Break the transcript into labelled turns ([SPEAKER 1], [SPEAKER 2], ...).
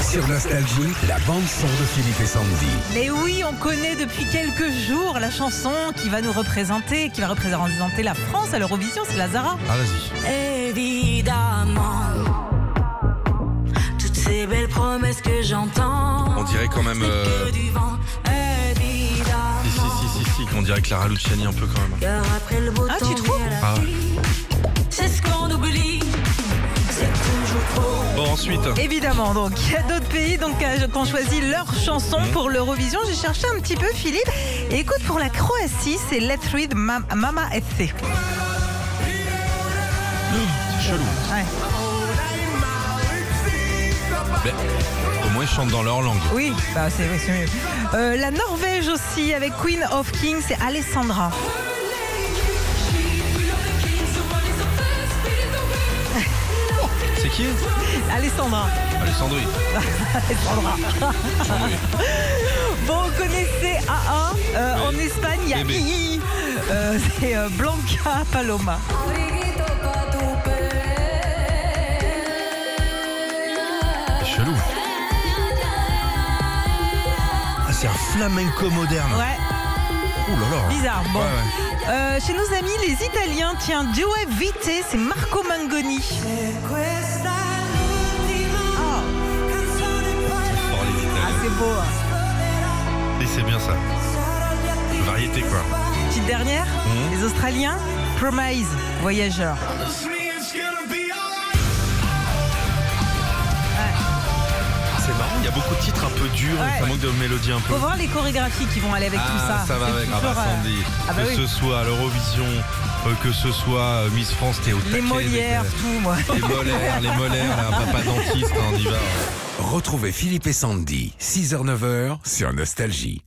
[SPEAKER 1] Sur Nostalgie, la bande-son de Philippe et Sandy.
[SPEAKER 2] Mais oui, on connaît depuis quelques jours la chanson qui va nous représenter, qui va représenter la France à l'Eurovision, c'est Lazara.
[SPEAKER 1] Ah, vas-y.
[SPEAKER 3] Évidemment, toutes ces belles promesses que j'entends.
[SPEAKER 4] On dirait quand même,
[SPEAKER 3] c'est que
[SPEAKER 4] euh,
[SPEAKER 3] du vent, évidemment.
[SPEAKER 4] Si, si, si, si, si, qu'on dirait Clara Luciani un peu quand même.
[SPEAKER 3] Car après le beau
[SPEAKER 2] Ah, tu
[SPEAKER 3] temps
[SPEAKER 2] trouves
[SPEAKER 3] vient la
[SPEAKER 4] Ah ouais.
[SPEAKER 3] pluie. C'est ce qu'on oublie. C'est toujours trop.
[SPEAKER 4] Bon, ensuite,
[SPEAKER 2] Évidemment, donc il y a d'autres pays donc, euh, qui ont choisi leur chanson
[SPEAKER 4] Mhm.
[SPEAKER 2] pour l'Eurovision. J'ai cherché un petit peu, Philippe. Et écoute, pour la Croatie, c'est Let's Read Mam- Mama E. Esse.
[SPEAKER 4] chelou.
[SPEAKER 2] Ouais.
[SPEAKER 4] Mais, Ben, au moins, ils chantent dans leur langue.
[SPEAKER 2] Oui, bah, c'est oui, c'est mieux. Euh, la Norvège aussi, avec Queen of Kings, c'est Alessandra.
[SPEAKER 4] C'est qui
[SPEAKER 2] Alessandra.
[SPEAKER 4] Alessandri.
[SPEAKER 2] Alessandra.
[SPEAKER 4] Alessandri.
[SPEAKER 2] Bon, vous connaissez AA. Euh, en Espagne, il y a
[SPEAKER 4] Bébé.
[SPEAKER 2] II. Euh, c'est euh, Blanca Paloma.
[SPEAKER 4] C'est chelou.
[SPEAKER 1] Ah, c'est un flamenco moderne.
[SPEAKER 2] Ouais.
[SPEAKER 1] Ouh là là.
[SPEAKER 2] Bizarre. Bon.
[SPEAKER 1] Ouais, ouais.
[SPEAKER 2] Euh, chez nos amis les Italiens, tiens, Due Vite, c'est Marco Mangoni. Ah,
[SPEAKER 4] Fort les
[SPEAKER 2] ah,
[SPEAKER 4] Italiens.
[SPEAKER 2] c'est beau. hein.
[SPEAKER 4] Et c'est bien ça. Variété, quoi.
[SPEAKER 2] Petite dernière,
[SPEAKER 4] Mhm.
[SPEAKER 2] les Australiens, Promise, Voyageur.
[SPEAKER 4] C'est marrant, il y a beaucoup de titres un peu durs,
[SPEAKER 2] Ouais.
[SPEAKER 4] ça manque de mélodie un peu.
[SPEAKER 2] Faut voir les chorégraphies qui vont aller avec tout ça.
[SPEAKER 4] Ah, ça va
[SPEAKER 2] C'est
[SPEAKER 4] avec
[SPEAKER 2] toujours,
[SPEAKER 4] Rabat
[SPEAKER 2] euh,
[SPEAKER 4] Sandy.
[SPEAKER 2] Ah bah
[SPEAKER 4] que
[SPEAKER 2] oui.
[SPEAKER 4] ce soit à l'Eurovision, euh, que ce soit euh, Miss France, t'es au taquet,
[SPEAKER 2] Les
[SPEAKER 4] mec.
[SPEAKER 2] Molières, tout, moi.
[SPEAKER 4] Les molaires, les molaires, là, un papa dentiste, hein, on y va.
[SPEAKER 1] Retrouvez Philippe et Sandy, 6h-9h, sur Nostalgie.